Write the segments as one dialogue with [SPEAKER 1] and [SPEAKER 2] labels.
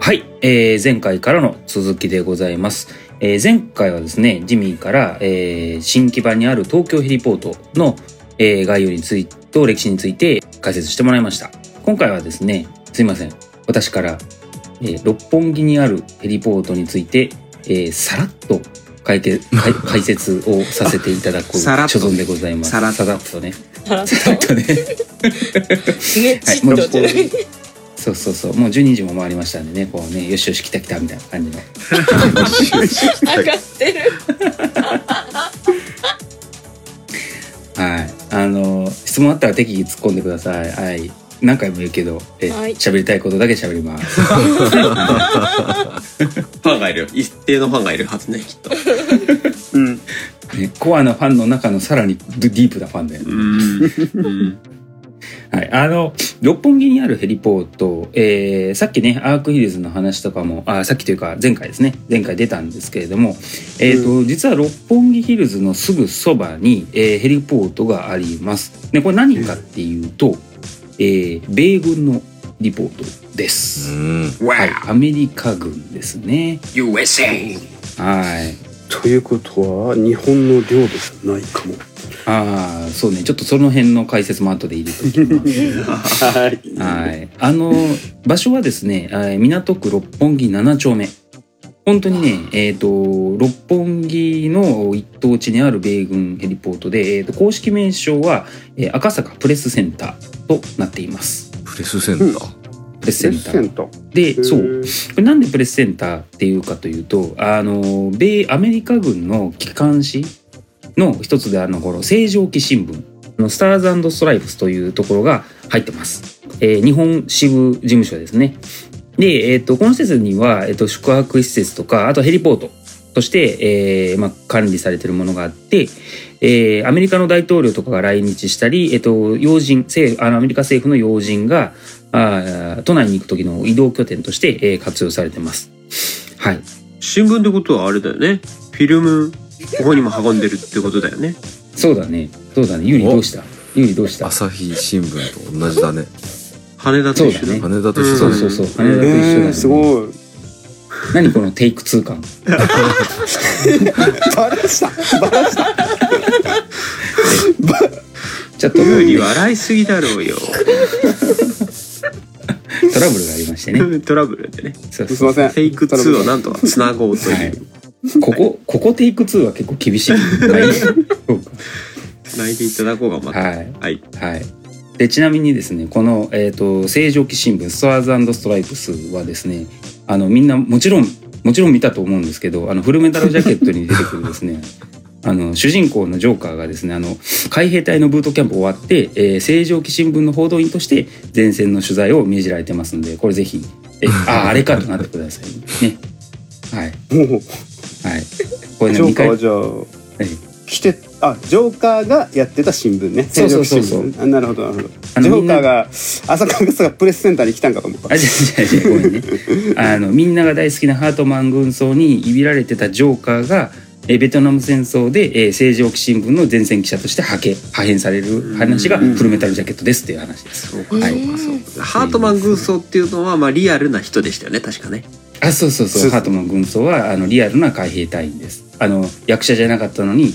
[SPEAKER 1] はい、えー前回からの続きでございます。えー前回はですね、ジミーから、えー新木場にある東京ヘリポートの、えー概要について、と歴史について解説してもらいました。今回はですね、すいません。私から、えー六本木にあるヘリポートについて、えーさらっと解 決解解説をさせていただく所
[SPEAKER 2] さらっと
[SPEAKER 1] 存でございます。
[SPEAKER 2] さらっと
[SPEAKER 1] さらっとね。
[SPEAKER 3] さらっ
[SPEAKER 1] さらっとね。
[SPEAKER 3] とね
[SPEAKER 1] はい
[SPEAKER 3] ちっと落ちる
[SPEAKER 1] そうそうそう。もう12時も回りましたんでね、こうね、よしよし来た来たみたいな感じの。
[SPEAKER 3] 上がってる
[SPEAKER 1] はい。あの、質問あったら適宜突っ込んでください。はい。何回も言うけど、え、
[SPEAKER 3] はい
[SPEAKER 1] 喋、りたいことだけ喋ります。
[SPEAKER 2] ファンがいるよ一定のファンがいるはずねきっとうん
[SPEAKER 1] ねコアなファンの中のさらにディープなファンだよね。
[SPEAKER 2] うん
[SPEAKER 1] はい。あの、六本木にあるヘリポート、えー、さっきね、アークヒルズの話とかも、あ、さっきというか前回ですね、前回出たんですけれども、えっ、と、実は六本木ヒルズのすぐそばに、えーヘリポートがあります。ね、これ何かっていうと、えー、米軍のリポートです。
[SPEAKER 4] うん。
[SPEAKER 1] はい、アメリカ軍ですね。
[SPEAKER 2] USA
[SPEAKER 1] はい。
[SPEAKER 5] ということは日本の領土じゃないかも。
[SPEAKER 1] ああ、そうね。ちょっとその辺の解説も後で入れときます。
[SPEAKER 5] はい。
[SPEAKER 1] はい。あの、場所はですね、えー港区六本木7丁目。本当にね、えっ、と、六本木の一等地にある米軍ヘリポートで、えーと公式名称は、えー赤坂プレスセンターとなっています。
[SPEAKER 4] プレスセンター。
[SPEAKER 1] プレスセ
[SPEAKER 5] レ
[SPEAKER 1] ン
[SPEAKER 5] ッ
[SPEAKER 1] タ
[SPEAKER 5] セ
[SPEAKER 1] ー。
[SPEAKER 5] ント。
[SPEAKER 1] で、そう。
[SPEAKER 5] へー。
[SPEAKER 1] これなんでプレスセンターっていうかというとあの米アメリカ軍の機関紙の一つであのこの正常期新聞のスターズストライプスというところが入ってます、えー日本支部事務所ですねで、えー、とこの施設には、えー、と宿泊施設とかあとヘリポートとして、えーまあ、管理されてるものがあって、えーアメリカの大統領とかが来日したり、えー、と要人政あのアメリカ政府の要人があー都内に行く時の移動拠点として、えー活用されてます。はい、
[SPEAKER 2] 新聞ってことはあれだよねフィルムここにも運んでるってことだよね
[SPEAKER 1] そうだね、そうだね、ゆり
[SPEAKER 4] お
[SPEAKER 1] どうした？ゆりどうした？
[SPEAKER 4] 朝日新聞と同じだね。
[SPEAKER 2] 羽田と一緒
[SPEAKER 1] そうだね
[SPEAKER 4] 羽田と一
[SPEAKER 1] そ
[SPEAKER 4] 緒
[SPEAKER 1] う
[SPEAKER 4] だね。
[SPEAKER 1] そうそう、羽田と一緒だ、ね
[SPEAKER 2] うん
[SPEAKER 5] えー、すごい。
[SPEAKER 1] 何このテイク2感？
[SPEAKER 5] バラした。バラした。
[SPEAKER 1] ちょっとト
[SPEAKER 2] 有利笑いすぎだろうよ
[SPEAKER 1] ラブルがありましてね。
[SPEAKER 2] トラブルでね
[SPEAKER 1] そう
[SPEAKER 5] すいません。
[SPEAKER 2] テイク
[SPEAKER 5] トラブル
[SPEAKER 2] 2をなんとかつなごうと
[SPEAKER 1] はいいうここここテイク2は結構厳 しい。そうか
[SPEAKER 2] つないでいただこうがまたは
[SPEAKER 1] はい。
[SPEAKER 2] い
[SPEAKER 1] はい。でちなみにですね、このえっ、と正常期新聞ストアーズストライプスはですね、あのみんなもちろんもちろん見たと思うんですけど、あのフルメタルジャケットに出てくるですね。 あの主人公のジョーカーがですねあの海兵隊のブートキャンプ終わって、えー、正常期新聞の報道員として前線の取材を命じられてますんでこれぜひえああれかとなってくださいねはい
[SPEAKER 5] もう
[SPEAKER 1] はいこれね
[SPEAKER 5] ジョ
[SPEAKER 1] 2
[SPEAKER 5] ーカー
[SPEAKER 1] 回
[SPEAKER 5] はじゃ
[SPEAKER 1] はい
[SPEAKER 5] あ来てあジョーカーがやってた新聞ね。
[SPEAKER 1] そうそうそうそう
[SPEAKER 5] 正常期新聞あなるほどなるほ
[SPEAKER 1] あ
[SPEAKER 5] ど。
[SPEAKER 1] の
[SPEAKER 5] ジョ
[SPEAKER 1] みん
[SPEAKER 5] ー
[SPEAKER 1] な
[SPEAKER 5] カーが朝倉さんがプレスセンターに来たんかと思った。
[SPEAKER 1] あ、違う違う違うごめ んね。あのみんなが大好きなハートマン軍曹にいびられてたジョーカーが、えーベトナム戦争で、えー、正常期新聞の前線記者として派遣派編される話が
[SPEAKER 2] うん
[SPEAKER 1] フルメタルジャケットですっていう話です。
[SPEAKER 2] そうか
[SPEAKER 3] うん
[SPEAKER 2] そうかそうかハートマン軍曹っていうのはまあリアルな人でしたよね確かね
[SPEAKER 1] あ、そうそうそう。
[SPEAKER 5] そう
[SPEAKER 1] ハートマン軍曹はあのリアルな海兵隊員です。あの役者じゃなかったのに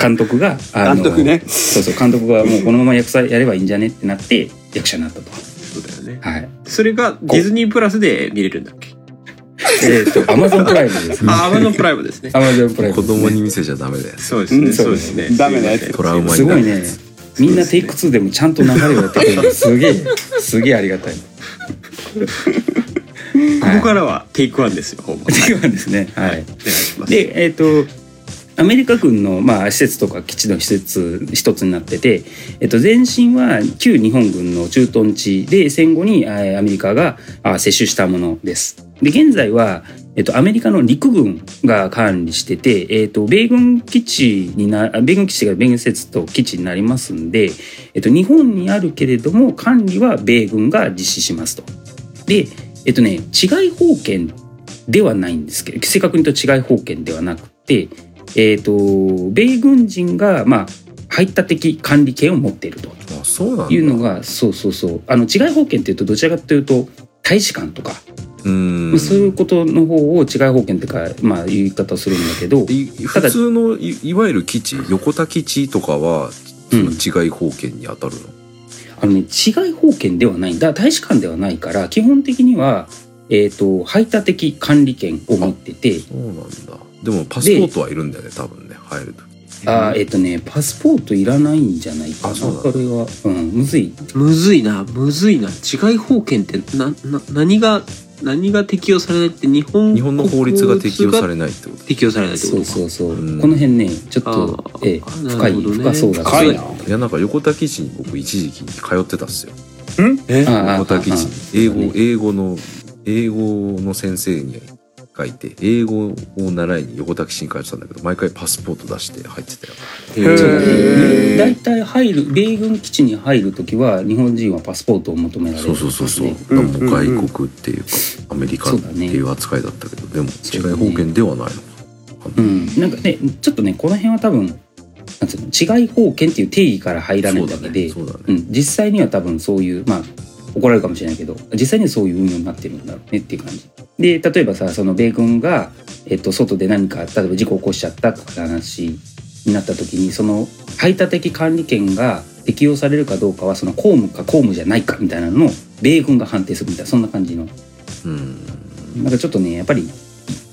[SPEAKER 1] 監督があの
[SPEAKER 5] 監督ね。
[SPEAKER 1] そうそう監督がもうこのまま役者やればいいんじゃねってなって役者になったと。
[SPEAKER 2] そうだよね
[SPEAKER 1] はい。
[SPEAKER 2] それがディズニープラスで見れるんだっけ
[SPEAKER 1] えっ、とアマゾンプライム ですね。
[SPEAKER 2] あアマゾンプライムですね
[SPEAKER 1] アマゾンプライム、
[SPEAKER 4] 子供に見せちゃダメだよ。
[SPEAKER 2] そうですね、
[SPEAKER 5] うん
[SPEAKER 2] そうですね。
[SPEAKER 5] ダメなやつ
[SPEAKER 4] トラウマ
[SPEAKER 1] す
[SPEAKER 4] に
[SPEAKER 1] ご
[SPEAKER 4] なる
[SPEAKER 1] いね。みんなテイク2でもちゃんと流れをやってくれるのすげえ、すげえありがたい。
[SPEAKER 2] ここからはテイクワンですよ、ほぼ。
[SPEAKER 1] っていう
[SPEAKER 2] は
[SPEAKER 1] のはですね。
[SPEAKER 2] い、
[SPEAKER 1] は
[SPEAKER 2] お願
[SPEAKER 1] い。
[SPEAKER 2] いします。
[SPEAKER 1] で、えっ、と、アメリカ軍の、まあ、施設とか基地の施設一つになってて、えっと、前身は旧日本軍の駐屯地で戦後にえーアメリカがあ接種したものです。で現在は、えっと、アメリカの陸軍が管理してて、えっと、米軍基地にな米軍基地が米軍施設と基地になりますんで、えっと、日本にあるけれども管理は米軍が実施しますと。でえっとね治外法権ではないんですけど正確に言うと治外法権ではなくて、えっと米軍人が、まあ、排他的管理権を持っていると
[SPEAKER 4] あ、そうなんだ。
[SPEAKER 1] いうのがそうそうそうあの治外法権っていうとどちらかというと大使館とか
[SPEAKER 4] うん
[SPEAKER 1] まあ、そういうことの方を治外法権ってか、まあ、言い方をするんだけど、
[SPEAKER 4] い普通のいいわゆる基地横田基地とかはその治外法権に当たるの、
[SPEAKER 1] あのね、治外法権ではないんだ大使館ではないから基本的には、えー、と排他的管理権を持ってて
[SPEAKER 4] そうなんだでもパスポートはいるんだよね多分ね入ると
[SPEAKER 1] あーえっ、とねパスポートいらないんじゃないかな
[SPEAKER 4] あそうなん
[SPEAKER 1] こ
[SPEAKER 4] だ
[SPEAKER 1] れは、うん、むずい
[SPEAKER 2] むずいなむずいな違い法権ってなな何が何が適用されないって日本
[SPEAKER 4] 日本の法律が適用されないってこと
[SPEAKER 2] 適用されないって
[SPEAKER 1] そ
[SPEAKER 2] こと
[SPEAKER 1] う
[SPEAKER 2] か
[SPEAKER 1] そうそう、
[SPEAKER 4] うん
[SPEAKER 1] この辺ねちょっ
[SPEAKER 2] あ
[SPEAKER 1] と、
[SPEAKER 2] ー
[SPEAKER 1] ええ
[SPEAKER 2] な
[SPEAKER 1] 深
[SPEAKER 2] る
[SPEAKER 1] い
[SPEAKER 2] ほどね
[SPEAKER 1] 深そうだ
[SPEAKER 5] 深いな。
[SPEAKER 4] いやなんか横田基地に僕一時期通ってたっすよ
[SPEAKER 2] え
[SPEAKER 1] あああ
[SPEAKER 4] 横田基地に英
[SPEAKER 1] そう
[SPEAKER 4] 語
[SPEAKER 1] だ
[SPEAKER 4] 英語の英語の先生に書いて英語を習いに横田基地に通ってたんだけど毎回パスポート出して入ってたよ
[SPEAKER 2] へ
[SPEAKER 1] そう
[SPEAKER 2] ー
[SPEAKER 1] 大体入る米軍基地に入る時は日本人はパスポートを求められる
[SPEAKER 4] そうそうそうそう、
[SPEAKER 1] ですね
[SPEAKER 5] うん
[SPEAKER 4] だからもう外国っていうかアメリカ
[SPEAKER 1] そ
[SPEAKER 4] っ
[SPEAKER 1] う
[SPEAKER 4] て
[SPEAKER 1] だね
[SPEAKER 4] いう扱いだったけど、でも違
[SPEAKER 1] そうだ
[SPEAKER 4] い
[SPEAKER 1] ね
[SPEAKER 4] 方権ではないのか、
[SPEAKER 1] うん、なんかねちょっとねこの辺は多分なんつうの違い法権っていう定義から入らな
[SPEAKER 4] そ
[SPEAKER 1] いうだ
[SPEAKER 4] だ
[SPEAKER 1] けで
[SPEAKER 4] ねそうだね、
[SPEAKER 1] うん、実際には多分そういうまあ怒られるかもしれないけど実際にはそういう運用になってるんだろうねっていう感じで例えばさその米軍が、えっと、外で何か例えば事故起こしちゃったとかって話になった時にその排他的管理権が適用されるかどうかはその公務か公務じゃないかみたいなのを米軍が判定するみたいなそんな感じの
[SPEAKER 4] うん
[SPEAKER 1] なんかちょっとねやっぱり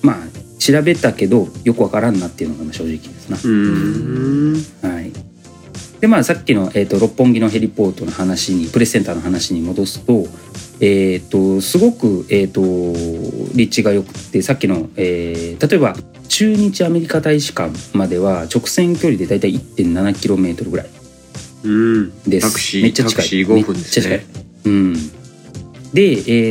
[SPEAKER 1] まあ調べたけどよくわからんなっていうのが今正直ですな。
[SPEAKER 2] うーん
[SPEAKER 1] はい、でまあさっきの、えー、と六本木のヘリポートの話にプレスセンターの話に戻すと,、えー、とすごく、えー、と立地が良くてさっきの、えー例えば中日アメリカ大使館までは直線距離でだいたい 1.7km ぐらい
[SPEAKER 2] うん
[SPEAKER 1] です
[SPEAKER 2] タクシー
[SPEAKER 1] めっちゃ近い
[SPEAKER 2] タクシー5分です
[SPEAKER 1] め
[SPEAKER 2] ね
[SPEAKER 1] っちゃ近いうん、で、え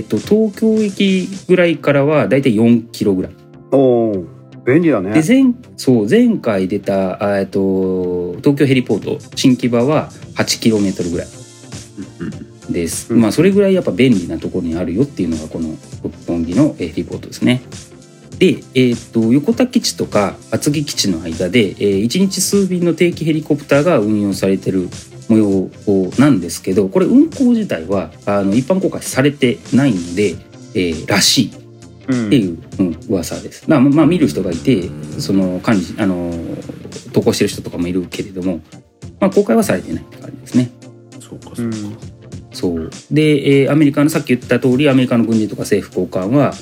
[SPEAKER 1] ー、と東京駅ぐらいからはだいたい 4km ぐらい
[SPEAKER 5] おお、便利だ
[SPEAKER 1] で。
[SPEAKER 5] ね
[SPEAKER 1] 前そう前回出たあえっと東京ヘリポート新木場は 8km ぐらいです、
[SPEAKER 5] うん
[SPEAKER 1] まあそれぐらいやっぱ便利なところにあるよっていうのがこの六本木のえーヘリポートですね。で、えー、と横田基地とか厚木基地の間で、え1日数便の定期ヘリコプターが運用されてる模様なんですけどこれ運航自体はあの一般公開されてないので、えーらしいっていう、うん、噂です。まあ、まあ、見る人がいて、その管理、あの、投稿してる人とかもいるけれども、まあ、公開はされてないって感じですね。
[SPEAKER 4] そうかそうか、
[SPEAKER 5] うん
[SPEAKER 1] そう。で、えーアメリカの、さっき言った通り、アメリカの軍人とか政府高官は、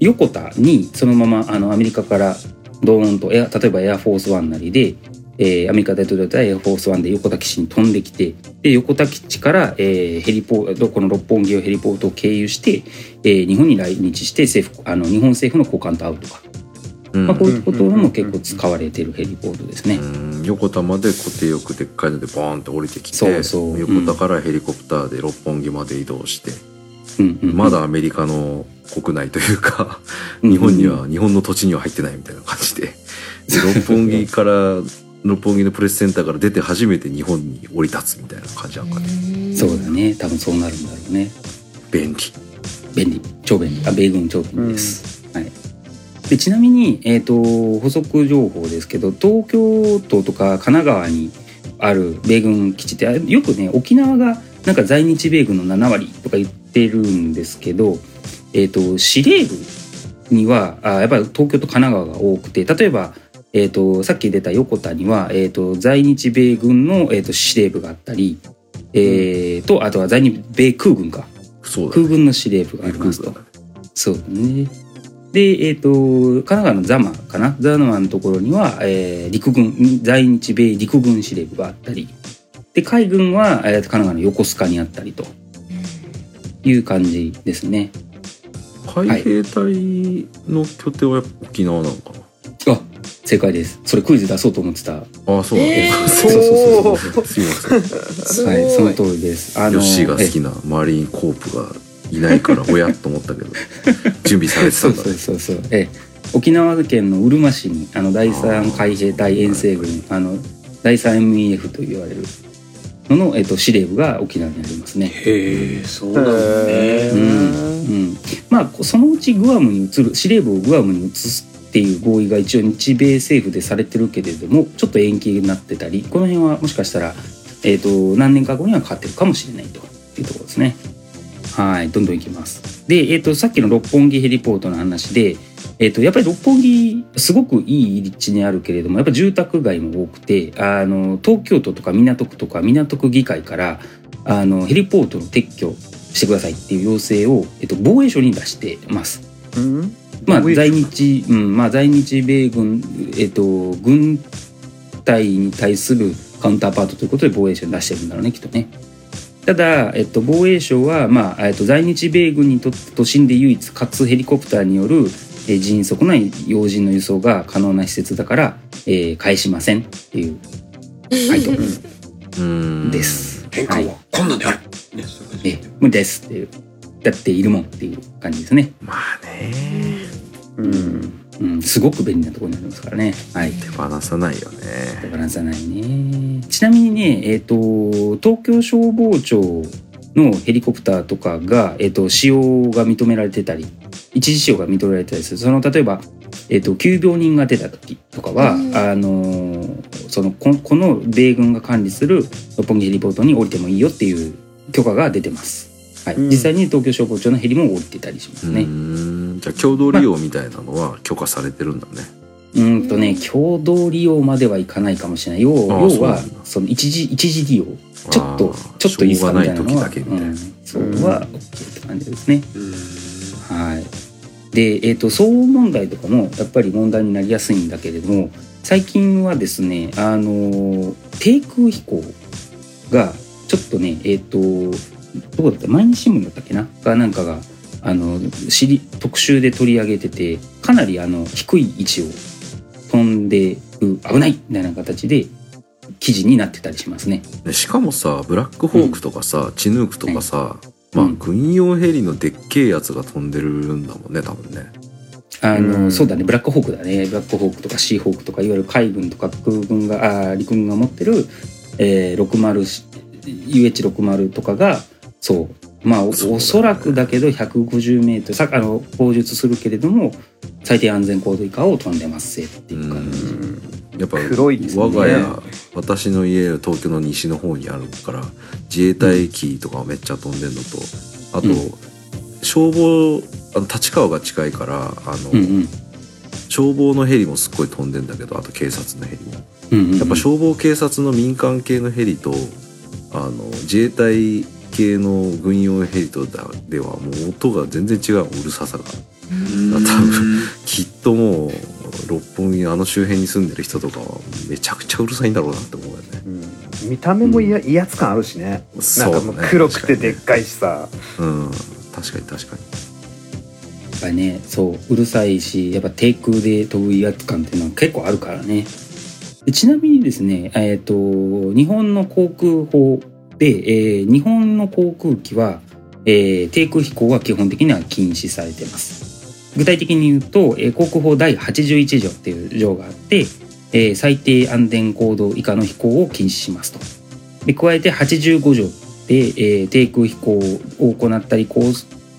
[SPEAKER 1] 横田にそのまま、あの、アメリカからドーンと、エア例えばエアフォースワンなりで、えーアメリカ大統領だったらエアフォースワンで横田基地に飛んできて、で、横田基地から、えーヘリポート、この六本木をヘリポートを経由して、えー日本に来日して、政府、あの、日本政府の高官と会うとか、
[SPEAKER 4] うん
[SPEAKER 1] まあ、こういうことも結構使われてるヘリポートですね。
[SPEAKER 4] うん横田まで固定よくでっかいのでボーンって降りてきて
[SPEAKER 1] そうそう
[SPEAKER 4] 横田からヘリコプターで六本木まで移動して、
[SPEAKER 1] うんうん、
[SPEAKER 4] まだアメリカの国内というか、日本には、日本の土地には入ってないみたいな感じ でで六本木から六本木のプレスセンターから出て初めて日本に降り立つみたいな感じなんかね
[SPEAKER 1] うんそうだね多分そうなるんだろうね
[SPEAKER 4] 便利
[SPEAKER 1] 便利超便利あ米軍超便利です、はい、でちなみに、えー、と補足情報ですけど東京都とか神奈川にある米軍基地ってあよくね沖縄がなんか在日米軍の7割とか言ってるんですけど、えー、と司令部にはあやっぱり東京と神奈川が多くて例えば、えー、とさっき出た横田には、えー、と在日米軍の、えー、と司令部があったり、えー、とあとは在日米空軍か
[SPEAKER 4] そうだ
[SPEAKER 1] 空
[SPEAKER 4] ね
[SPEAKER 1] 軍の司令部がありますと。そうだね。で、えっ、と、神奈川のザマかなザマのところには、えー陸軍、在日米陸軍司令部があったり、で、海軍は、えー神奈川の横須賀にあったりという感じですね。
[SPEAKER 4] 海兵隊の拠点はやっぱ沖縄なのかな、
[SPEAKER 1] あ、正解です。それクイズ出そうと思ってた。は
[SPEAKER 4] ああそうなんだ、
[SPEAKER 3] えー
[SPEAKER 4] そうそうそうそうすみません
[SPEAKER 3] すごい、
[SPEAKER 1] い、その通りです。あの
[SPEAKER 4] ヨッシーが好
[SPEAKER 1] え
[SPEAKER 4] きなマリンコープがいないからおやっと思ったけ ど準備されてた
[SPEAKER 1] そうん
[SPEAKER 4] だ
[SPEAKER 1] そう
[SPEAKER 4] ね
[SPEAKER 1] そうそう。ええ沖縄県のうるま市にあの第三海兵隊遠征軍あの第三 MEF と言われるのの、えっと、司令部が沖縄にありますね。
[SPEAKER 2] へえそうなんだ
[SPEAKER 5] へ
[SPEAKER 1] う
[SPEAKER 2] ね
[SPEAKER 1] んうん、まあそのうちグアムに移る司令部をグアムに移すっていう合意が一応日米政府でされてるけれどもちょっと延期になってたりこの辺はもしかしたら、えっと何年か後には変わってるかもしれないというところですね。はい、どんどん行きます。で、えっ、と、さっきの六本木ヘリポートの話で、えっ、と、やっぱり六本木、すごくいい立地にあるけれども、やっぱ住宅街も多くて、あの、東京都とか港区とか港区議会から、あの、ヘリポートの撤去してくださいっていう要請を、えっ、と、防衛省に出してます。
[SPEAKER 4] うん
[SPEAKER 1] まあ、
[SPEAKER 4] 防衛省
[SPEAKER 1] 在日、うん、まあ、在日米軍、えっ、と、軍隊に対するカウンターパートということで防衛省に出してるんだろうね、きっとね。ただ、えっと、防衛省は、まあえっと、在日米軍にとって都心で唯一かつヘリコプターによるえー迅速な要人の輸送が可能な施設だから、えー返しませんっていう回答
[SPEAKER 4] うん
[SPEAKER 1] です。
[SPEAKER 5] 変換は
[SPEAKER 2] こんなんであるねそういう感
[SPEAKER 1] え
[SPEAKER 2] じ
[SPEAKER 1] ー無理ですっていう。だっているもんっていう感じですね。
[SPEAKER 4] まあね
[SPEAKER 1] うん、うん、すごく便利なところになりますからね。はい。
[SPEAKER 4] 手放さないよね
[SPEAKER 1] バランスはないね。ちなみにね、えっ、と、東京消防庁のヘリコプターとかが、えっ、と、使用が認められてたり、一時使用が認められてたりする。その、例えば、えっ、と、急病人が出た時とかは、
[SPEAKER 3] うん
[SPEAKER 1] あのーそのこ、この米軍が管理する六本木ヘリポートに降りてもいいよっていう許可が出てます。はい。
[SPEAKER 5] うん
[SPEAKER 1] 実際に東京消防庁のヘリも降りてたりしますね。
[SPEAKER 4] うんじゃあ共同利用みたいなのは許可されてるんだね
[SPEAKER 1] うーんとね、共同利用まではいかないかもしれない。要
[SPEAKER 4] ああ
[SPEAKER 1] 要は
[SPEAKER 4] そうなんだ、
[SPEAKER 1] その一時、一時利用。ちょっ
[SPEAKER 4] あ
[SPEAKER 1] と
[SPEAKER 4] ー、
[SPEAKER 1] ちょっといいです
[SPEAKER 4] し
[SPEAKER 1] か
[SPEAKER 4] ょう
[SPEAKER 1] み
[SPEAKER 4] が
[SPEAKER 1] た
[SPEAKER 4] ない
[SPEAKER 1] なの
[SPEAKER 4] い時
[SPEAKER 1] は。
[SPEAKER 4] だけみたいな、
[SPEAKER 1] うんそうは OK って感じですね。
[SPEAKER 2] うん
[SPEAKER 1] はい。で、えっ、と、騒音問題とかも、やっぱり問題になりやすいんだけれども、最近はですね、あのー低空飛行が、ちょっとね、えっ、と、どこだった毎日新聞だったっけなが、なんかが、あの、知り、特集で取り上げてて、かなりあの、低い位置を飛んでる、危ないみたいな形で、記事になってたりしますね。
[SPEAKER 4] でしかもさブラックホークとかさ、チヌークとかさ、まあ
[SPEAKER 1] うん
[SPEAKER 4] 軍用ヘリのでっけえやつが飛んでるんだもんね多分ね
[SPEAKER 1] あの、
[SPEAKER 5] うん
[SPEAKER 1] そうだねブラックホークだねブラックホークとかシーホークとかいわゆる海軍とか空軍があー陸軍が持ってる、えー、60 UH60 とかがそうまあお
[SPEAKER 4] そうだね
[SPEAKER 1] おそらくだけど 150m さあの砲術するけれども最低安全高度以下を飛んでますぜっていう感じ、
[SPEAKER 4] やっぱ
[SPEAKER 5] 黒いですね
[SPEAKER 4] 我が家私の家は東京の西の方にあるから自衛隊機とかはめっちゃ飛んでるのとあと、
[SPEAKER 1] うん
[SPEAKER 4] 消防あの立川が近いからあの、
[SPEAKER 1] うんうん
[SPEAKER 4] 消防のヘリもすっごい飛んでんだけどあと警察のヘリも
[SPEAKER 1] うんうん、
[SPEAKER 4] やっぱ消防警察の民間系のヘリとあの自衛隊系の軍用ヘリとだではもう音が全然違ううるささが
[SPEAKER 2] うん
[SPEAKER 4] 多分きっともう六本木のあの周辺に住んでる人とかはめちゃくちゃうるさいんだろうなって思うよね
[SPEAKER 5] うん見た目もいや威圧感あるしねなんかもう
[SPEAKER 4] そうね
[SPEAKER 5] 黒くてでっかいしさ
[SPEAKER 4] うん確かに確かに
[SPEAKER 1] やっぱりねそううるさいしやっぱ低空で飛ぶ威圧感っていうのは結構あるからねでちなみにですねえっ、と日本の航空法で、えー日本の航空機は、えー低空飛行は基本的には禁止されてます具体的に言うと、えー航空法第81条っていう条があって、えー最低安全高度以下の飛行を禁止しますとで加えて85条で、えー低空飛行を行ったりこう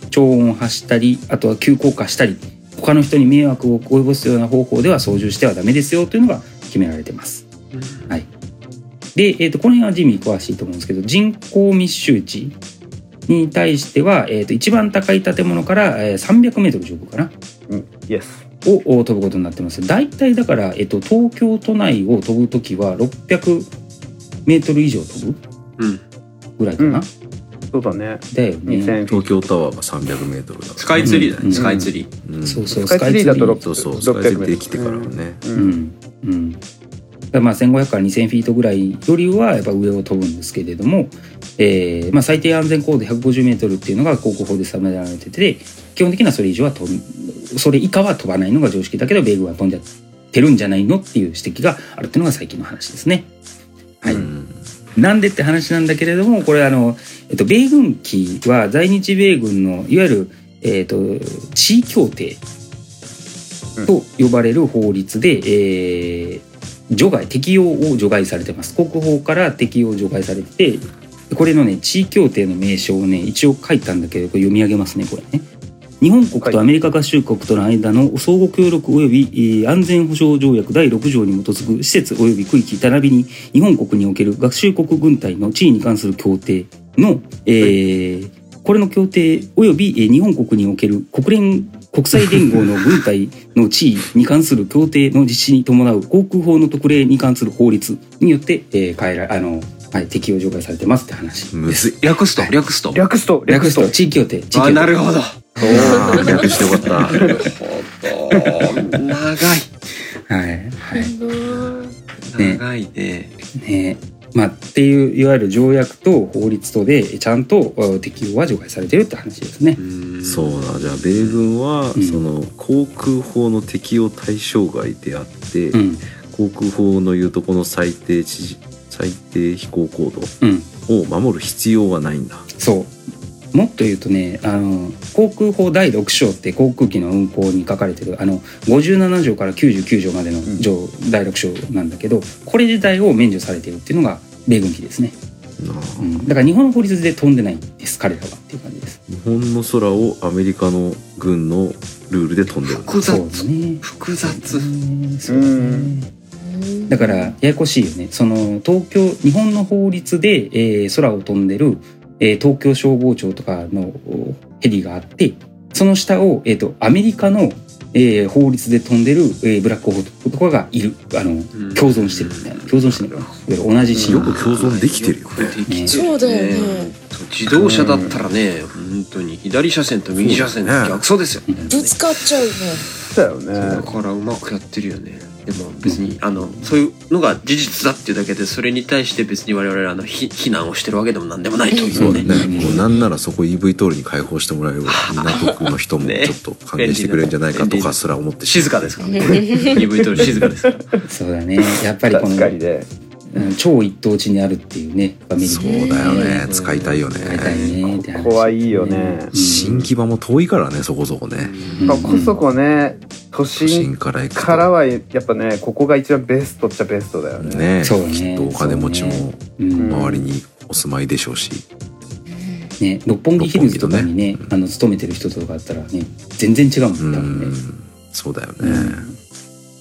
[SPEAKER 1] 超音を発したりあとは急降下したり他の人に迷惑を及ぼすような方法では操縦してはダメですよというのが決められてます。はい、で、えー、とこの辺はジミー詳しいと思うんですけど人口密集地に対しては、えー、と一番高い建物から、えー、300m 上空かな
[SPEAKER 5] うんイエス
[SPEAKER 1] をお飛ぶことになってます。大体だから、えっと、東京都内を飛ぶときは600メートル以上飛ぶ
[SPEAKER 2] うん
[SPEAKER 1] ぐらいかな。
[SPEAKER 5] うんそうだね
[SPEAKER 1] だよね。
[SPEAKER 5] 2000
[SPEAKER 4] 東京タワーが 300m だから
[SPEAKER 2] スカイツリーだね、
[SPEAKER 1] うん
[SPEAKER 2] スカイツリー、
[SPEAKER 4] うん
[SPEAKER 1] そうそう、
[SPEAKER 5] スカイツリーだとろく
[SPEAKER 4] そうそう
[SPEAKER 5] 600
[SPEAKER 4] スカイツリーできてからはね
[SPEAKER 5] う
[SPEAKER 1] うんん。うん。だからまあ1500から2000フィートぐらいよりはやっぱ上を飛ぶんですけれども、えーまあ、最低安全高度150メートルっていうのが航空法で定められてて基本的にはそれ以上は飛んそれ以下は飛ばないのが常識だけど米軍は飛んじゃってるんじゃないのっていう指摘があるっていうのが最近の話ですね。はい、
[SPEAKER 4] うん
[SPEAKER 1] なんでって話なんだけれどもこれあの、えっと、米軍機は在日米軍のいわゆる、えっと地位協定と呼ばれる法律で、えー除外適用を除外されてます国法から適用を除外されててこれのね地位協定の名称をね一応書いたんだけどこれ読み上げますねこれね。日本国とアメリカ合衆国との間の相互協力及びえー安全保障条約第6条に基づく施設及び区域並びに日本国における学習国軍隊の地位に関する協定の、えーこれの協定及びえー日本国における国連国際連合の軍隊の地位に関する協定の実施に伴う航空法の特例に関する法律によって、えー変えらあの、はい、適用除外されてますって話。
[SPEAKER 4] むずい。
[SPEAKER 2] 略すと略すと
[SPEAKER 5] 略すと
[SPEAKER 1] 略すと地域協定。地域協
[SPEAKER 2] あ
[SPEAKER 1] 定
[SPEAKER 2] なるほど
[SPEAKER 4] あー略してよかった。
[SPEAKER 2] 長
[SPEAKER 1] はい。はい。
[SPEAKER 2] い長いね
[SPEAKER 1] ねまあ、っていういわゆる条約と法律とでちゃんとあ適用は除外されてるって話ですね。
[SPEAKER 4] そうだじゃあ米軍は、
[SPEAKER 1] うん
[SPEAKER 4] その航空法の適用対象外であって、
[SPEAKER 1] うん
[SPEAKER 4] 航空法のいうとこの最低知事最低飛行高度
[SPEAKER 1] うん、
[SPEAKER 4] を守る必要はないんだ。
[SPEAKER 1] そうもっと言うとねあの航空法第6章って航空機の運航に書かれてるあの57条から99条までの条、第6章なんだけどこれ自体を免除されてるっていうのが米軍機ですね、
[SPEAKER 4] なあ
[SPEAKER 1] うん、だから日本の法律で飛んでないんです彼らはっていう感じです。
[SPEAKER 4] 日本の空をアメリカの軍のルールで飛んでる。
[SPEAKER 2] 複
[SPEAKER 1] そ
[SPEAKER 2] 雑
[SPEAKER 1] うですね
[SPEAKER 2] 複雑
[SPEAKER 1] ねそうですね
[SPEAKER 5] うん
[SPEAKER 1] だからややこしいよねその東京日本の法律で、えー空を飛んでる、えー東京消防庁とかのおヘリがあってその下を、えー、とアメリカの、えー法律で飛んでる、えーブラックホークとかがいるあの
[SPEAKER 2] うん
[SPEAKER 1] 共存してるみたいな共存してるいわゆる同じ仕
[SPEAKER 4] よ
[SPEAKER 1] 様
[SPEAKER 4] く共存できてるよね
[SPEAKER 2] よくできてるね
[SPEAKER 3] そうだよね
[SPEAKER 2] 自動車だったらね本当に左車線と右車線
[SPEAKER 4] そうだね
[SPEAKER 2] 逆走ですよ
[SPEAKER 3] ぶつかっちゃうね
[SPEAKER 5] だよ
[SPEAKER 2] だ
[SPEAKER 5] ね
[SPEAKER 2] からうまくやってるよねでも別にあのそういうのが事実だっていうだけでそれに対して別に我々はあの非非難をしてるわけでも何でもないとい
[SPEAKER 4] そううだ
[SPEAKER 2] ね
[SPEAKER 4] ね。もうなんならそこ EV 通りに開放してもらえる港区の 人も
[SPEAKER 2] ね
[SPEAKER 4] ちょっと歓迎してくれるんじゃないかとかすら思ってし
[SPEAKER 2] 静かで すからね EV と静かですから
[SPEAKER 1] そうだねやっぱりこの
[SPEAKER 5] 確かにね
[SPEAKER 1] うん超一等地にあるっていうねやっぱメリッ
[SPEAKER 4] そ
[SPEAKER 1] ト
[SPEAKER 4] うだよね
[SPEAKER 2] う。ん
[SPEAKER 4] 使いたいよ
[SPEAKER 1] 使いたい
[SPEAKER 4] ね。
[SPEAKER 1] ねって話
[SPEAKER 5] ここはいいよね
[SPEAKER 1] うん
[SPEAKER 4] 新木場も遠いからね、そこそこね。
[SPEAKER 1] うん
[SPEAKER 5] まあこそこね都
[SPEAKER 4] 都心
[SPEAKER 5] 心
[SPEAKER 4] から行くと。
[SPEAKER 5] からはやっぱねここが一番ベストっちゃベストだよね
[SPEAKER 4] ね
[SPEAKER 1] そうね
[SPEAKER 4] きっとお金持ちも
[SPEAKER 1] そううん
[SPEAKER 4] 周りにお住まいでしょうし、
[SPEAKER 1] ね、六本木ヒルズとかにね
[SPEAKER 4] 六本木
[SPEAKER 1] あの勤めてる人とかだったらね全然違うもん
[SPEAKER 4] うん
[SPEAKER 1] 多分ね。
[SPEAKER 4] そうだよね、
[SPEAKER 1] うん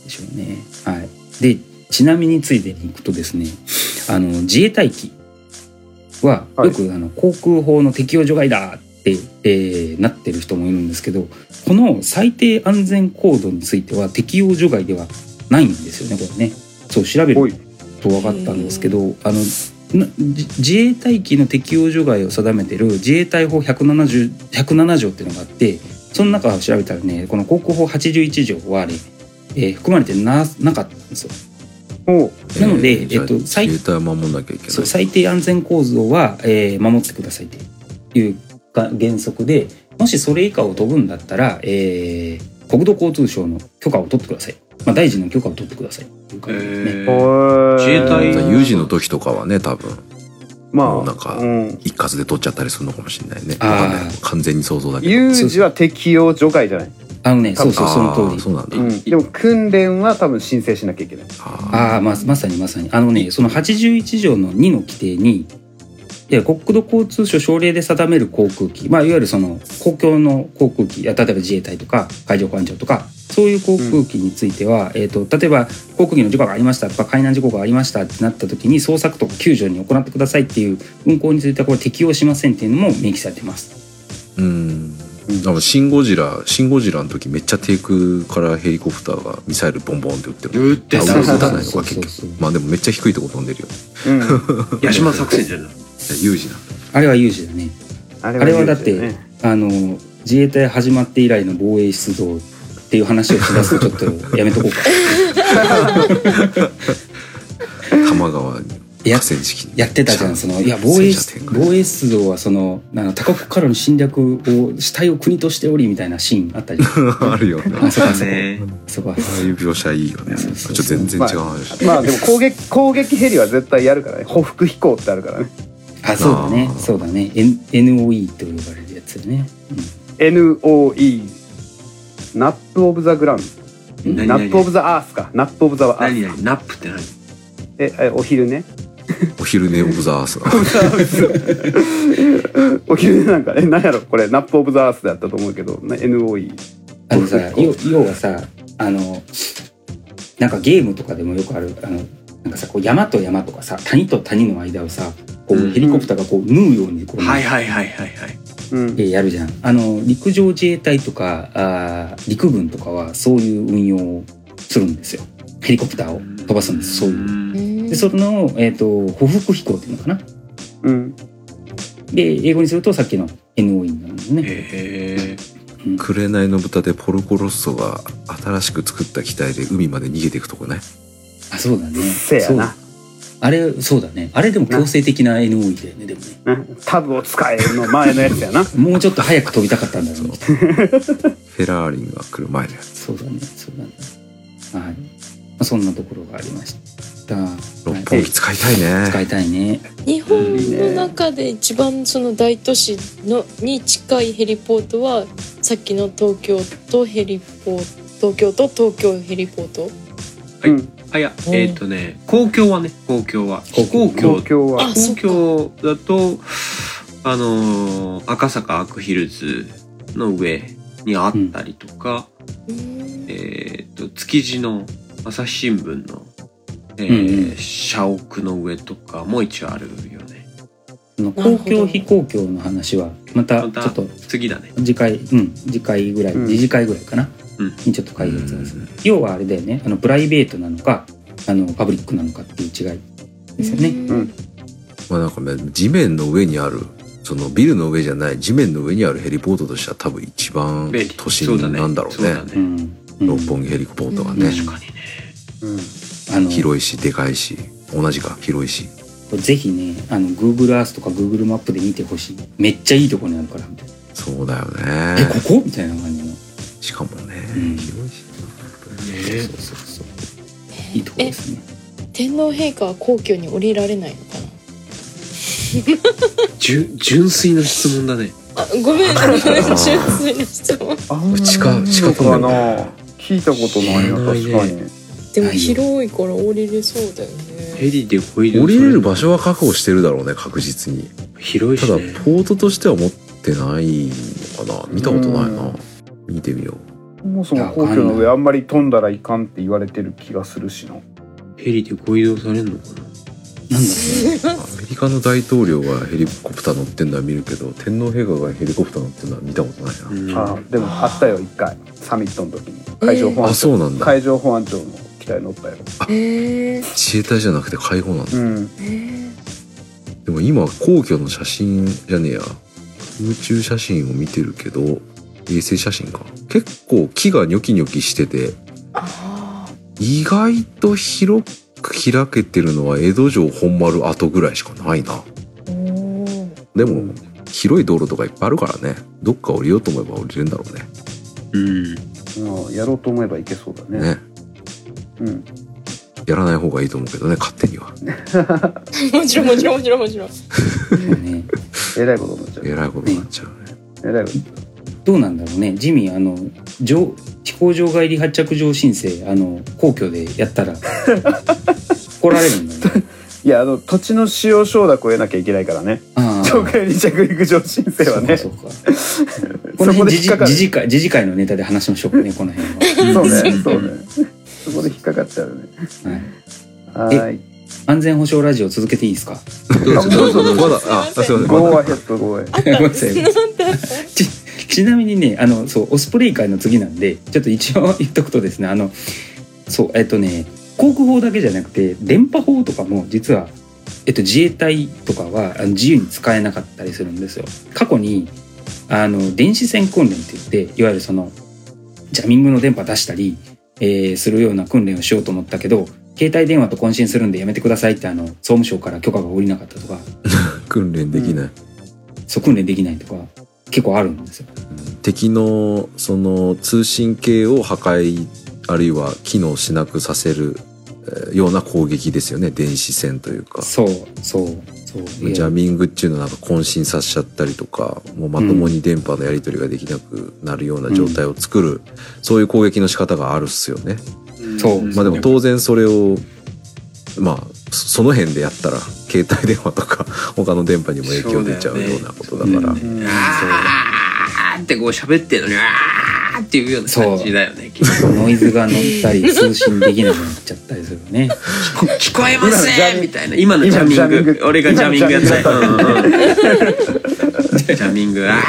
[SPEAKER 1] でしょうね。はい、でちなみについていくとですねあの自衛隊機は
[SPEAKER 5] はい
[SPEAKER 1] よく、あの航空法の適用除外だって、えーなってる人もいるんですけどこの最低安全高度については適用除外ではないんですよねこれね。そう調べる
[SPEAKER 5] おい
[SPEAKER 1] と分かったんですけどあのなじ自衛隊機の適用除外を定めてる自衛隊法170 107条っていうのがあってその中を調べたらねこの航空法81条はあれ、えー含まれてななかったんですよ。
[SPEAKER 5] おう
[SPEAKER 1] なので
[SPEAKER 4] じゃあ
[SPEAKER 1] えっと
[SPEAKER 4] 自
[SPEAKER 1] 最
[SPEAKER 4] 衛隊は守んなきゃいけない
[SPEAKER 1] そう最低安全構造は、えー守ってくださいというが原則でもしそれ以下を飛ぶんだったら、えー国土交通省の許可を取ってください、まあ、大臣の許可を取ってくださいっていう感じですね。
[SPEAKER 2] えー
[SPEAKER 5] おい
[SPEAKER 2] 自衛隊
[SPEAKER 4] だから有事の時とかはね多分
[SPEAKER 5] まあ
[SPEAKER 4] なんか
[SPEAKER 5] うん
[SPEAKER 4] 一括で取っちゃったりするのかもしれないね
[SPEAKER 1] あー
[SPEAKER 4] わかんない完全に想像だけど
[SPEAKER 5] 有事は適用除外じゃない、
[SPEAKER 1] あのねそうそうそ
[SPEAKER 4] あー
[SPEAKER 1] の通り
[SPEAKER 4] そうなんだ、
[SPEAKER 5] う
[SPEAKER 4] あ
[SPEAKER 5] ん、でも訓練は多分申請しなきゃいけない
[SPEAKER 4] ー
[SPEAKER 1] ああままさにまさにあのねその81条の2の規定にいや国土交通省省令で定める航空機、まあ、いわゆるその公共の航空機いや例えば自衛隊とか海上保安庁とかそういう航空機については、えー、と例えば航空機の事故がありましたとか海難事故がありましたってなった時に捜索とか救助に行ってくださいっていう運航についてはこれ適用しませんっていうのも明記されてます。
[SPEAKER 4] うんでもシン・ゴジラシン・ゴジラの時めっちゃ低空からヘリコプターがミサイルボンボンって撃ってる
[SPEAKER 2] 打って
[SPEAKER 4] あ
[SPEAKER 2] た
[SPEAKER 4] 撃たないの
[SPEAKER 1] そ
[SPEAKER 4] か
[SPEAKER 1] う
[SPEAKER 4] 結
[SPEAKER 1] そう
[SPEAKER 4] 局
[SPEAKER 1] そう
[SPEAKER 4] まあでもめっちゃ低いとこ飛んでるよ
[SPEAKER 5] うん、
[SPEAKER 2] 八島作戦じゃない
[SPEAKER 4] 有事な
[SPEAKER 1] あれは有事だね
[SPEAKER 5] あ
[SPEAKER 1] あれはだっ
[SPEAKER 5] 有事よ
[SPEAKER 1] て
[SPEAKER 5] ね、
[SPEAKER 1] あの自衛隊始まって以来の防衛出動っていう話をしだすとちょっとやめとこうか。
[SPEAKER 4] 多摩川に
[SPEAKER 1] や
[SPEAKER 4] 河川敷に
[SPEAKER 1] やってたじゃんそのいや防衛
[SPEAKER 4] 戦車展開
[SPEAKER 1] 防衛出動はそのあの他国からの侵略を主体を国としておりみたいなシーンあった り
[SPEAKER 4] あるよね
[SPEAKER 1] あそうかそうか
[SPEAKER 2] ね
[SPEAKER 1] そこは
[SPEAKER 4] ああいう描写いいよね。ちょっと全然違う話。
[SPEAKER 5] まあでも攻撃攻撃ヘリは絶対やるからね報復飛行ってあるからね
[SPEAKER 1] あそうだね
[SPEAKER 4] あー
[SPEAKER 1] そうだね N- NOE と呼ばれるやつだよね、
[SPEAKER 5] NOE ナップ・オブ・ザ・グラウン
[SPEAKER 1] うん
[SPEAKER 5] ド
[SPEAKER 2] 何
[SPEAKER 5] ナップ・オブ・ザ・アースかナップ・オブ・ザ・アー
[SPEAKER 2] 何
[SPEAKER 5] ス
[SPEAKER 2] 何ナップって何
[SPEAKER 5] ええお昼ね
[SPEAKER 4] お昼寝オブザースが。
[SPEAKER 5] お昼寝なんかね何やろこれナップ・オブ・ザ・アースだったと思うけどな NOE
[SPEAKER 1] あのさ要要はさあのなんかゲームとかでもよくあるあのなんかさこう山と山とかさ谷と谷の間をさこう
[SPEAKER 2] うん
[SPEAKER 1] ヘリコプターがこう縫うようにこう、
[SPEAKER 2] はいはいはいはいはい
[SPEAKER 5] うん
[SPEAKER 1] えーやるじゃんあの陸上自衛隊とかあー陸軍とかはそういう運用をするんですよヘリコプターを飛ばすんですそういうでその、えー、と歩幅飛行っていうのかな
[SPEAKER 5] うん
[SPEAKER 1] で英語にするとさっきの NOE になるんですね
[SPEAKER 2] へえ
[SPEAKER 4] 紅の豚でポルコロッソが新しく作った機体で海まで逃げていくとこね。
[SPEAKER 1] あそうだね
[SPEAKER 5] せやな
[SPEAKER 1] そうあれそうだねあれでも強制的な NOE だよねでもね
[SPEAKER 5] なタブを使えるの前のやつやな
[SPEAKER 1] もうちょっと早く飛びたかったんだろ
[SPEAKER 4] そうう。
[SPEAKER 1] ね
[SPEAKER 4] フェラーリンが来る前のやつ。
[SPEAKER 1] そうだねそうだねはい、まあ、そんなところがありました、はい
[SPEAKER 4] 六本木使いたい
[SPEAKER 1] 使
[SPEAKER 4] ね。
[SPEAKER 1] いたいね
[SPEAKER 3] 日本の中で一番その大都市のに近いヘリポートはさっきの東京とヘリポート東京と東京ヘリポート
[SPEAKER 2] はい
[SPEAKER 5] うん
[SPEAKER 2] あいや
[SPEAKER 3] うん
[SPEAKER 2] えっ、とね公共はね公共は
[SPEAKER 1] 公
[SPEAKER 2] 非
[SPEAKER 1] 共
[SPEAKER 2] 公
[SPEAKER 5] 東
[SPEAKER 2] 共
[SPEAKER 5] 京は
[SPEAKER 3] あそ
[SPEAKER 2] 公
[SPEAKER 3] っか
[SPEAKER 2] 共だとあのー赤坂アクヒルズの上にあったりとか、
[SPEAKER 3] うーん
[SPEAKER 2] えっ、と築地の朝日新聞の、え
[SPEAKER 1] う
[SPEAKER 2] ー
[SPEAKER 1] んう
[SPEAKER 2] 社屋の上とかも一応あるよね
[SPEAKER 1] その
[SPEAKER 3] なる
[SPEAKER 1] 公
[SPEAKER 3] ほど
[SPEAKER 1] 共非公共の話はまた
[SPEAKER 2] ま
[SPEAKER 1] ち
[SPEAKER 2] た
[SPEAKER 1] ょっと
[SPEAKER 2] 次だね
[SPEAKER 1] 次回うん次回ぐらい、
[SPEAKER 5] うん
[SPEAKER 1] 次次回ぐらいかな、
[SPEAKER 2] うん
[SPEAKER 1] にちょっと解説ですね要はあれだよねあのプライベートなのかあのパブリックなのかっていう違いですよね、
[SPEAKER 5] うん
[SPEAKER 4] まあなんかね、地面の上にある、そのビルの上じゃない、地面の上にあるヘリポートとしては多分一番
[SPEAKER 2] 便利
[SPEAKER 4] 都心なんだろう
[SPEAKER 2] そう
[SPEAKER 4] ね。
[SPEAKER 2] だねそうだ
[SPEAKER 1] う
[SPEAKER 2] ね、
[SPEAKER 1] んうん
[SPEAKER 4] 六本木ヘリポートがね。
[SPEAKER 2] 確かにね
[SPEAKER 5] うん
[SPEAKER 1] あの
[SPEAKER 4] 広いし、でかいし、同じか、広いし。
[SPEAKER 1] ぜひねあの Google Earth とか Google マップで見てほしいめっちゃいいとこにあるからみたいな
[SPEAKER 4] そうだよ
[SPEAKER 1] え
[SPEAKER 4] ね。
[SPEAKER 1] ここみたいな感じの
[SPEAKER 4] しかもね、
[SPEAKER 1] うん
[SPEAKER 4] 広いし。
[SPEAKER 2] ね
[SPEAKER 1] そうそうそういいとこですね
[SPEAKER 3] 天皇陛下は皇居に降りられないのかな
[SPEAKER 2] 純純粋な質問だね
[SPEAKER 3] あ ごめん 純粋な質問
[SPEAKER 5] あ
[SPEAKER 4] 地下地下トンネ
[SPEAKER 5] か
[SPEAKER 4] ル
[SPEAKER 5] な聞いたことないな
[SPEAKER 2] 知
[SPEAKER 5] 確
[SPEAKER 2] らな
[SPEAKER 5] か
[SPEAKER 2] い
[SPEAKER 5] に
[SPEAKER 3] でも
[SPEAKER 1] ないよ
[SPEAKER 3] 広いから降りれそうだよ
[SPEAKER 2] ヘ
[SPEAKER 3] ね
[SPEAKER 2] リで降り
[SPEAKER 4] 降りれる場所は確保してるだろうね、確実に。
[SPEAKER 2] 広い
[SPEAKER 4] た
[SPEAKER 2] し
[SPEAKER 4] だ、
[SPEAKER 2] ね
[SPEAKER 4] ポートとしては持ってないのかな。見たことないな
[SPEAKER 5] うん。
[SPEAKER 4] 見てみよう。
[SPEAKER 5] そもそも皇居の上あんまり飛んだらいかんって言われてる気がするしな
[SPEAKER 2] ヘリでご移動されるのかな
[SPEAKER 1] なんだ
[SPEAKER 4] アメリカの大統領がヘリコプター乗ってんのは見るけど天皇陛下がヘリコプター乗ってんのは見たことないな、
[SPEAKER 2] うん
[SPEAKER 5] あでもあったよ一回サミットの時に海上保
[SPEAKER 4] あ
[SPEAKER 5] 安
[SPEAKER 4] そ
[SPEAKER 5] 庁
[SPEAKER 4] うなんだ
[SPEAKER 5] 海上保安庁の機体乗ったよ
[SPEAKER 3] へえ
[SPEAKER 4] 自衛隊じゃなくて海保なんだ、
[SPEAKER 5] うん
[SPEAKER 3] へえ
[SPEAKER 4] でも今皇居の写真じゃねえや空中写真を見てるけど衛星写真か結構木がニョキニョキしてて
[SPEAKER 3] あ
[SPEAKER 4] 意外と広く開けてるのは江戸城本丸跡ぐらいしかないな
[SPEAKER 3] ーおー
[SPEAKER 4] でも広い道路とかいっぱいあるからねどっか降りようと思えば降りれるんだろうね
[SPEAKER 2] うん
[SPEAKER 5] うんやろうと思えばいけそうだね
[SPEAKER 4] ね
[SPEAKER 5] うん
[SPEAKER 4] やらない方がいいと思うけどね勝手には
[SPEAKER 3] もちろんもちろんもちろんもちろん
[SPEAKER 1] ろうね
[SPEAKER 5] えらいことになっちゃ
[SPEAKER 4] えらいことになっちゃうね
[SPEAKER 5] うえらいこと
[SPEAKER 1] どうなんだろうねジミーあの上飛行場外離発着場申請あの皇居でや ったら怒られるんだよね
[SPEAKER 5] いやあの土地の使用承諾を得なきゃいけないからね
[SPEAKER 1] ああ
[SPEAKER 5] 上海離着陸上申請はね
[SPEAKER 1] そ
[SPEAKER 5] そう
[SPEAKER 1] かそうかこの
[SPEAKER 5] そ
[SPEAKER 1] 辺
[SPEAKER 5] こで
[SPEAKER 1] 時
[SPEAKER 5] 引っかかる
[SPEAKER 1] 事会時事会のネタで話しましょうかねこの辺は、
[SPEAKER 5] うねそうねそこで引っかかっちゃうよね
[SPEAKER 1] はい、
[SPEAKER 5] はーい
[SPEAKER 1] 安全保障ラジオ続けていいですか
[SPEAKER 4] どうぞどうぞ
[SPEAKER 5] どう
[SPEAKER 4] ま
[SPEAKER 5] ぞ
[SPEAKER 4] だああすいませんま
[SPEAKER 5] ゴー
[SPEAKER 4] だ
[SPEAKER 5] アヘッドゴーヘッ
[SPEAKER 1] ごめんなさい
[SPEAKER 3] なんだ
[SPEAKER 1] ちちなみにねあのそうオスプレイ会の次なんでちょっと一応言っとくとですねあのそうえっとね航空法だけじゃなくて電波法とかも実は、えっと、自衛隊とかはあの自由に使えなかったりするんですよ。過去にあの電子戦訓練って言っていわゆるそのジャミングの電波出したり、えーするような訓練をしようと思ったけど携帯電話と懇親するんでやめてくださいってあの総務省から許可が下りなかったとか
[SPEAKER 4] 訓練できない、
[SPEAKER 1] そう訓練できないとか結構あるんですよ。
[SPEAKER 4] 敵のその通信系を破壊あるいは機能しなくさせるえーような攻撃ですよね電子戦というか
[SPEAKER 1] そうそうそういや
[SPEAKER 4] ジャミングっていうのはなんか渾身させちゃったりとかもうまともに電波のやり取りができなくなるような状態を作る、そういう攻撃の仕方があるっすよね。
[SPEAKER 1] そう
[SPEAKER 2] うん
[SPEAKER 4] まあ、でも当然それをまあそその辺でやったら携帯電話とか 他の電波にも影響出ちゃうようなことだから。
[SPEAKER 5] ドうん
[SPEAKER 2] あーってこう喋ってるのにあーっていうような感じだよねきっと
[SPEAKER 1] ノイズが乗った り通信できなくなっちゃったりするよね。
[SPEAKER 2] 聞こえ ま
[SPEAKER 5] 今のジャ
[SPEAKER 2] せ
[SPEAKER 5] ミ
[SPEAKER 2] ん
[SPEAKER 5] ン
[SPEAKER 2] みたいな今のジ
[SPEAKER 5] 今
[SPEAKER 2] ャ
[SPEAKER 5] の
[SPEAKER 2] ミ
[SPEAKER 5] ジャ
[SPEAKER 2] ン
[SPEAKER 5] ミン
[SPEAKER 2] グ
[SPEAKER 5] グ
[SPEAKER 2] 俺がジャミングやったよジャミングあ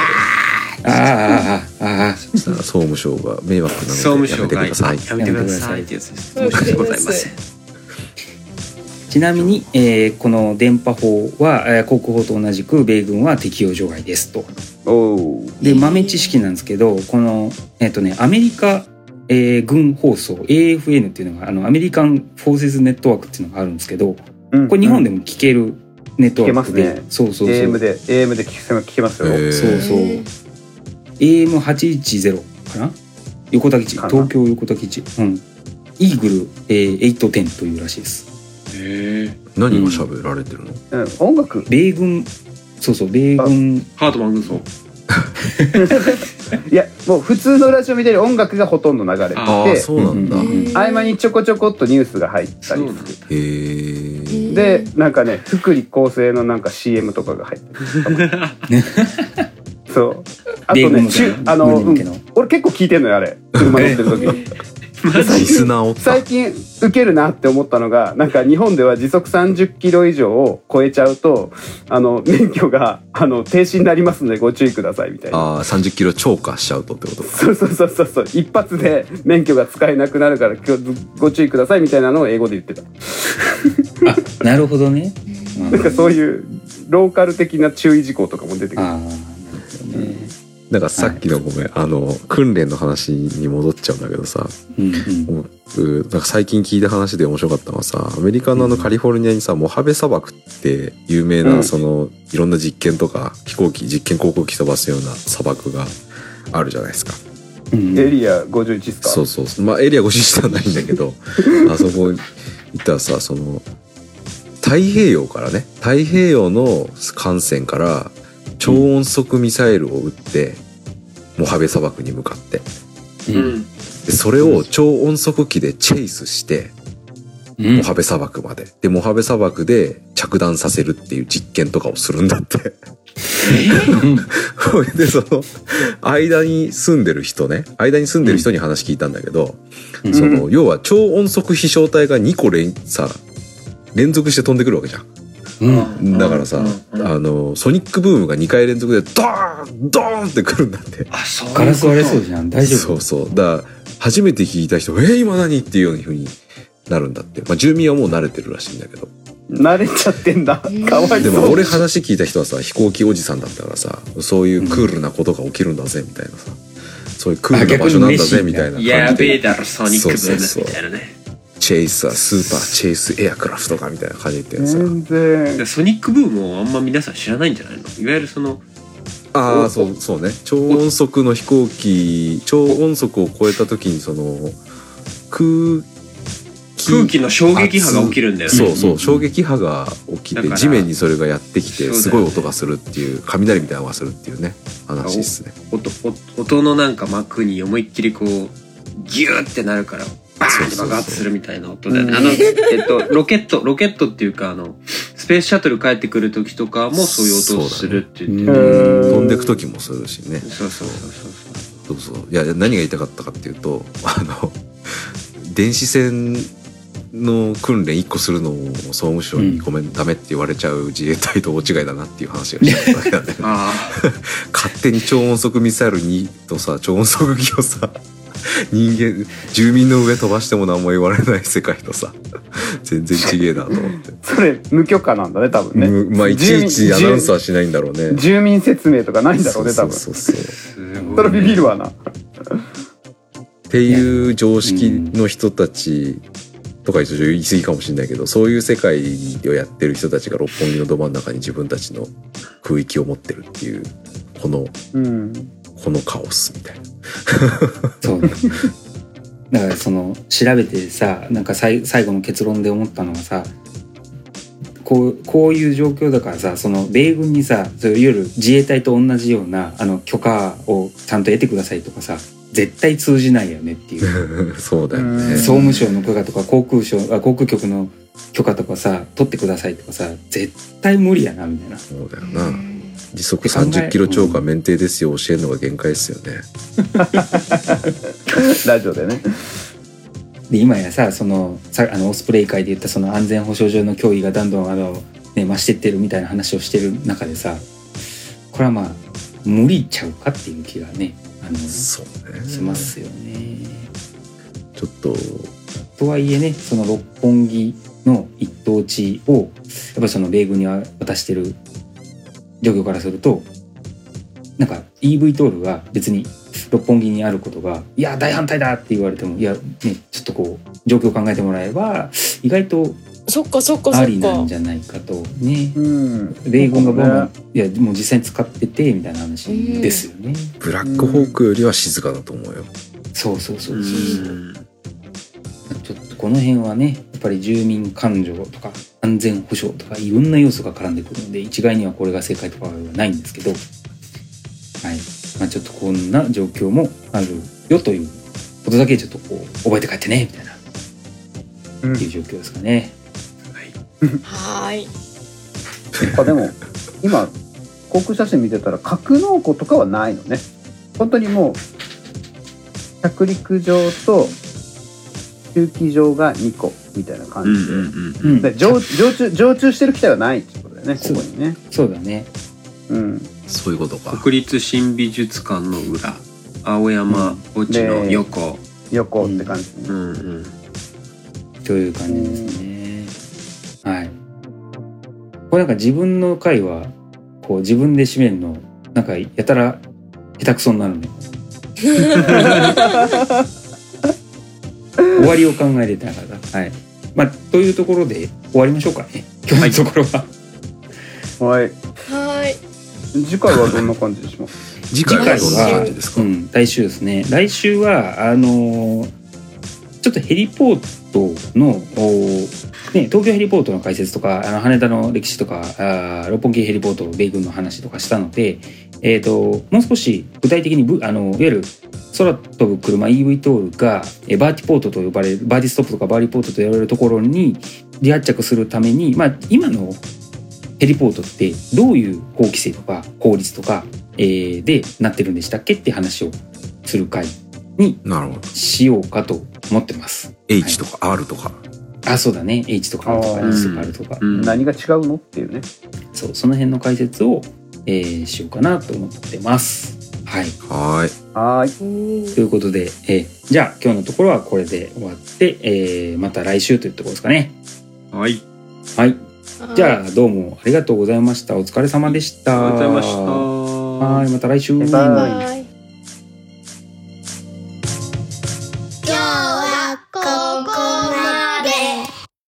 [SPEAKER 1] ああ、ああ、ああ。
[SPEAKER 4] そしたら総務省が迷惑な
[SPEAKER 2] ー
[SPEAKER 4] の
[SPEAKER 2] 総務
[SPEAKER 4] でや
[SPEAKER 2] 省
[SPEAKER 4] めて
[SPEAKER 2] が
[SPEAKER 4] ください。
[SPEAKER 2] やめてくださいってやつです申し訳ございません
[SPEAKER 1] ちなみに、えーこの電波法は、えー国法と同じく米軍は適用除外ですと。
[SPEAKER 5] おお
[SPEAKER 1] で豆知識なんですけどこのえっとねアメリカ、えー軍放送 AFN っていうのがあのアメリカン・フォーセズ・ネットワークっていうのがあるんですけどこれ日本で
[SPEAKER 5] も
[SPEAKER 1] も聞けるネットワークで、
[SPEAKER 5] 聞けますね
[SPEAKER 1] そうそうそう
[SPEAKER 5] AM で AM で聞け聞けますよ、
[SPEAKER 4] えー
[SPEAKER 1] そうそう
[SPEAKER 3] へ
[SPEAKER 1] AM810 かな横田基地
[SPEAKER 5] かな
[SPEAKER 1] 東京横田基地うんイーグル、えー、810というらしいです
[SPEAKER 4] 何が喋られてるの？
[SPEAKER 5] うん、音楽
[SPEAKER 1] 米軍そうそう米軍
[SPEAKER 2] ハートマン軍曹
[SPEAKER 5] いやもう普通のラジオみたいに音楽がほとんど流れてて
[SPEAKER 2] あ
[SPEAKER 4] ああそうなんだ。
[SPEAKER 1] う
[SPEAKER 4] へ
[SPEAKER 3] ー
[SPEAKER 5] 合間にちょこちょこっとニュースが入ったりする
[SPEAKER 4] え。
[SPEAKER 5] でなんかね福利厚生のなんか CM とかが入ってる そうあ
[SPEAKER 1] 米
[SPEAKER 5] と
[SPEAKER 1] 軍向
[SPEAKER 5] ね
[SPEAKER 1] け
[SPEAKER 5] 中
[SPEAKER 1] の
[SPEAKER 5] あの、
[SPEAKER 1] 軍人向けの
[SPEAKER 5] うん俺結構聞いてんのよあれ車乗ってる 時に
[SPEAKER 4] リスナーおった
[SPEAKER 5] 最。近受けるなって思ったのがなんか日本では時速30キロ以上を超えちゃうとあの免許があの停止になりますのでご注意くださいみたいな。
[SPEAKER 4] ああ三十キロ超過しちゃうとってことか。
[SPEAKER 5] そうそうそうそうそう一発で免許が使えなくなるからごご注意くださいみたいなのを英語で言ってた
[SPEAKER 1] あなるほどね、うん
[SPEAKER 5] なんかそういうローカル的な注意事項とかも出てくる
[SPEAKER 1] ああなるほどね
[SPEAKER 4] なんかさっきのごめんあの訓練の話に戻っちゃうんだけどさ、
[SPEAKER 1] うんうん
[SPEAKER 4] うんなんか最近聞いた話で面白かったのはさアメリカのあのカリフォルニアにさモハベ砂漠って有名
[SPEAKER 5] う
[SPEAKER 4] なんそのいろんな実験とか飛行機実験航空機飛ばすような砂漠があるじゃないですか。
[SPEAKER 1] うん
[SPEAKER 5] エリア51ですか
[SPEAKER 4] そうそうそうまあエリア越ししてはないんだけどあそこ行ったらさその太平洋からね太平洋の艦船から超音速ミサイルを撃って、モハベ砂漠に向かって
[SPEAKER 1] う
[SPEAKER 2] うんん
[SPEAKER 4] でそれを超音速機でチェイスして
[SPEAKER 1] うん
[SPEAKER 4] モハベ砂漠まででモハベ砂漠で着弾させるっていう実験とかをするんだって それでその間に住んでる人ね間に住んでる人に話聞いたんだけど、
[SPEAKER 1] うん
[SPEAKER 4] その要は超音速飛翔体が2個連さ連続して飛んでくるわけじゃん
[SPEAKER 1] うん
[SPEAKER 4] だからさ、
[SPEAKER 2] うん
[SPEAKER 4] あのソニックブームが2回連続でドーンドーンってくるんだって
[SPEAKER 2] あそういうこと
[SPEAKER 1] ガラス割れそうじゃん大丈
[SPEAKER 4] そ
[SPEAKER 1] 夫
[SPEAKER 4] うそうだから初めて聞いた人「えー、今何?」っていうような風になるんだって、まあ、住民はもう慣れてるらしいんだけど
[SPEAKER 5] 慣れちゃってんだ
[SPEAKER 3] うん
[SPEAKER 5] かわい
[SPEAKER 4] で
[SPEAKER 5] そう
[SPEAKER 4] も俺話聞いた人はさ飛行機おじさんだったからさそういうクールなことが起きるんだぜみたいなさそういうクールな場所なんだぜみたいな感じで
[SPEAKER 2] やべえだろソニックブ
[SPEAKER 4] そう
[SPEAKER 2] ー
[SPEAKER 4] そうそう
[SPEAKER 2] ムみたいなね
[SPEAKER 4] チェイサースーパーチェイスエアクラフトかみたいな感じで言ってさ、
[SPEAKER 5] 全
[SPEAKER 2] で
[SPEAKER 5] 然
[SPEAKER 2] ソニックブームをあんま皆さん知らないんじゃないのいわゆるその
[SPEAKER 4] ああそうそうね超音速の飛行機超音速を超えた時にその空気
[SPEAKER 2] 空気の衝撃波が起きるんだよね
[SPEAKER 4] そうそ
[SPEAKER 1] うん
[SPEAKER 4] う衝撃波が起き
[SPEAKER 2] だ
[SPEAKER 4] て
[SPEAKER 2] から
[SPEAKER 4] 地面にそれがやってき
[SPEAKER 2] そうだ
[SPEAKER 4] て
[SPEAKER 2] よね
[SPEAKER 4] すごい音がするっていう雷みたいなのがするっていうね話ですね
[SPEAKER 2] 音音音のなんか膜に思いっきりこうギューってなるからバーンって爆発するみたいな音で、
[SPEAKER 1] うん
[SPEAKER 2] あのえっとロケットロケットっていうかあのスペースシャトル帰ってくる時とかもそういう音をするって言って
[SPEAKER 1] そうだね
[SPEAKER 5] うん
[SPEAKER 4] 飛んでく時もするしね
[SPEAKER 2] そうそうそうそうそ
[SPEAKER 4] そうそういや何が言いたかったかっていうと あの電子戦の訓練1個するのを総務省に「ごめんダメ」って言われちゃう自衛隊と大違いだなっていう話がしたわけなんだよ
[SPEAKER 2] うあ
[SPEAKER 4] 勝手に超音速ミサイル2とさ超音速機をさ 人間住民の上飛ばしても何も言われない世界とさ 全然ちげえなと思って、
[SPEAKER 5] それ無許可なんだね多分 ね
[SPEAKER 4] むまあいちいちアナウンスはしないんだろうね
[SPEAKER 5] 住民説明とかないんだろうね多分そ
[SPEAKER 4] そうそうそう
[SPEAKER 2] あすごい
[SPEAKER 5] れビビるわな
[SPEAKER 4] っていう常識の人たちとかちょっと言い過ぎかもしれないけどそういう世界をやってる人たちが六本木のど真ん中に自分たちの空域を持ってるっていうこの
[SPEAKER 5] うん
[SPEAKER 4] このカオスみたいな。
[SPEAKER 1] そうだからその調べてさなんかさい最後の結論で思ったのがさこうこういう状況だからさその米軍にさそういわゆる自衛隊と同じようなあの許可をちゃんと得てくださいとかさ絶対通じないよねっていう
[SPEAKER 4] そうだよね
[SPEAKER 5] うん
[SPEAKER 1] 総務省の許可とか航空省あ航空局の許可とかさ取ってくださいとかさ絶対無理やなみたいな
[SPEAKER 4] そうだよ
[SPEAKER 3] う
[SPEAKER 4] な。
[SPEAKER 3] ん
[SPEAKER 4] 時速30キロ超過免停ですよ教えるのが限界ですよね。
[SPEAKER 5] ラジオでね
[SPEAKER 1] で今やさそのさあのオスプレイ会で言ったその安全保障上の脅威がどんどんあの、ね、増してってるみたいな話をしてる中でさこれはまあ無理ちゃうかっていう気がねあのし
[SPEAKER 4] そうね
[SPEAKER 1] ますよね。
[SPEAKER 4] ちょっと
[SPEAKER 1] とはいえねその六本木の一等地をやっぱりその米軍に渡してる漁業からするとなんか EV トールが別に六本木にあることが「いや大反対だ!」って言われてもいやねちょっとこう状況を考えてもらえば意外と
[SPEAKER 3] そっかそっかそ
[SPEAKER 1] あ
[SPEAKER 3] っ
[SPEAKER 1] りなん
[SPEAKER 3] か
[SPEAKER 1] じゃないかとね
[SPEAKER 5] うん
[SPEAKER 1] 米軍がボンボン、
[SPEAKER 5] そうね
[SPEAKER 1] いやもう実際に使っててみたいな話ですよね。
[SPEAKER 4] ブラックホークよりは静かだと思うよ、
[SPEAKER 1] そうそうそううそうそう。
[SPEAKER 2] ん
[SPEAKER 1] ちょっとこの辺はねやっぱり住民感情とか安全保障とかいろんな要素が絡んでくるので一概にはこれが正解とかはないんですけど、はいまあ、ちょっとこんな状況もあるよということだけちょっとこう覚えて帰ってねみたいな
[SPEAKER 5] うん
[SPEAKER 1] っていう状況ですかね。
[SPEAKER 3] はーい
[SPEAKER 5] あでも今航空写真見てたら格納庫とかはないのね本当にもう着陸場と駐機場が2個みたいな感
[SPEAKER 2] うん
[SPEAKER 5] じ
[SPEAKER 2] う
[SPEAKER 5] で,、
[SPEAKER 2] ん
[SPEAKER 1] うん
[SPEAKER 5] で常常駐常駐してる機体はないってことだよねここにね
[SPEAKER 1] そうだね
[SPEAKER 5] うん
[SPEAKER 4] そういうことか
[SPEAKER 2] うん国立新美術館の裏青山墓地の横
[SPEAKER 5] 横って感じ、
[SPEAKER 2] うんうん
[SPEAKER 1] という感じですね。はい。これなんか自分の回は、こう自分で締めるの、なんかやたら下手くそになるね。終わりを考えれてなかった。はい。まあ、というところで終わりましょうかね。今日のところは。
[SPEAKER 5] はい
[SPEAKER 3] は
[SPEAKER 5] 次回はどんな感じにします
[SPEAKER 4] 次回はどんな感じですか、
[SPEAKER 1] うん、来週ですね。来週は、あのーちょっとヘリポートの、おーね、東京ヘリポートの解説とか、あの羽田の歴史とか、あー六本木ヘリポート、米軍の話とかしたので、えっ、と、もう少し具体的にぶ、あの、いわゆる、空飛ぶ車 EV トールが、えーバーティポートと呼ばれる、バーティストップとかバーリポートと呼ばれるところに、離発着するために、まあ、今のヘリポートってどういう法規制とか法律とか、えーでなってるんでしたっけって話をする回に
[SPEAKER 4] なるほど
[SPEAKER 1] しようかと思ってます。
[SPEAKER 4] H とか R とか
[SPEAKER 1] あ、そうだね。H とか R とか
[SPEAKER 5] あー
[SPEAKER 1] S とか R とか、
[SPEAKER 2] うん
[SPEAKER 5] 何が違うのっていうね
[SPEAKER 1] そう、その辺の解説を、えーしようかなと思ってます。はい。
[SPEAKER 4] はーい
[SPEAKER 5] はーい
[SPEAKER 3] ーい
[SPEAKER 1] ということで、えーじゃあ今日のところはこれで終わって、えーまた来週というところですかね。
[SPEAKER 2] はい
[SPEAKER 1] はい。
[SPEAKER 3] はい
[SPEAKER 1] じゃあどうもありがとうございました。お疲れ様でした。
[SPEAKER 2] ありがとうございました
[SPEAKER 1] はい、また来週。
[SPEAKER 5] バイ
[SPEAKER 3] バ
[SPEAKER 5] バ
[SPEAKER 3] イバイ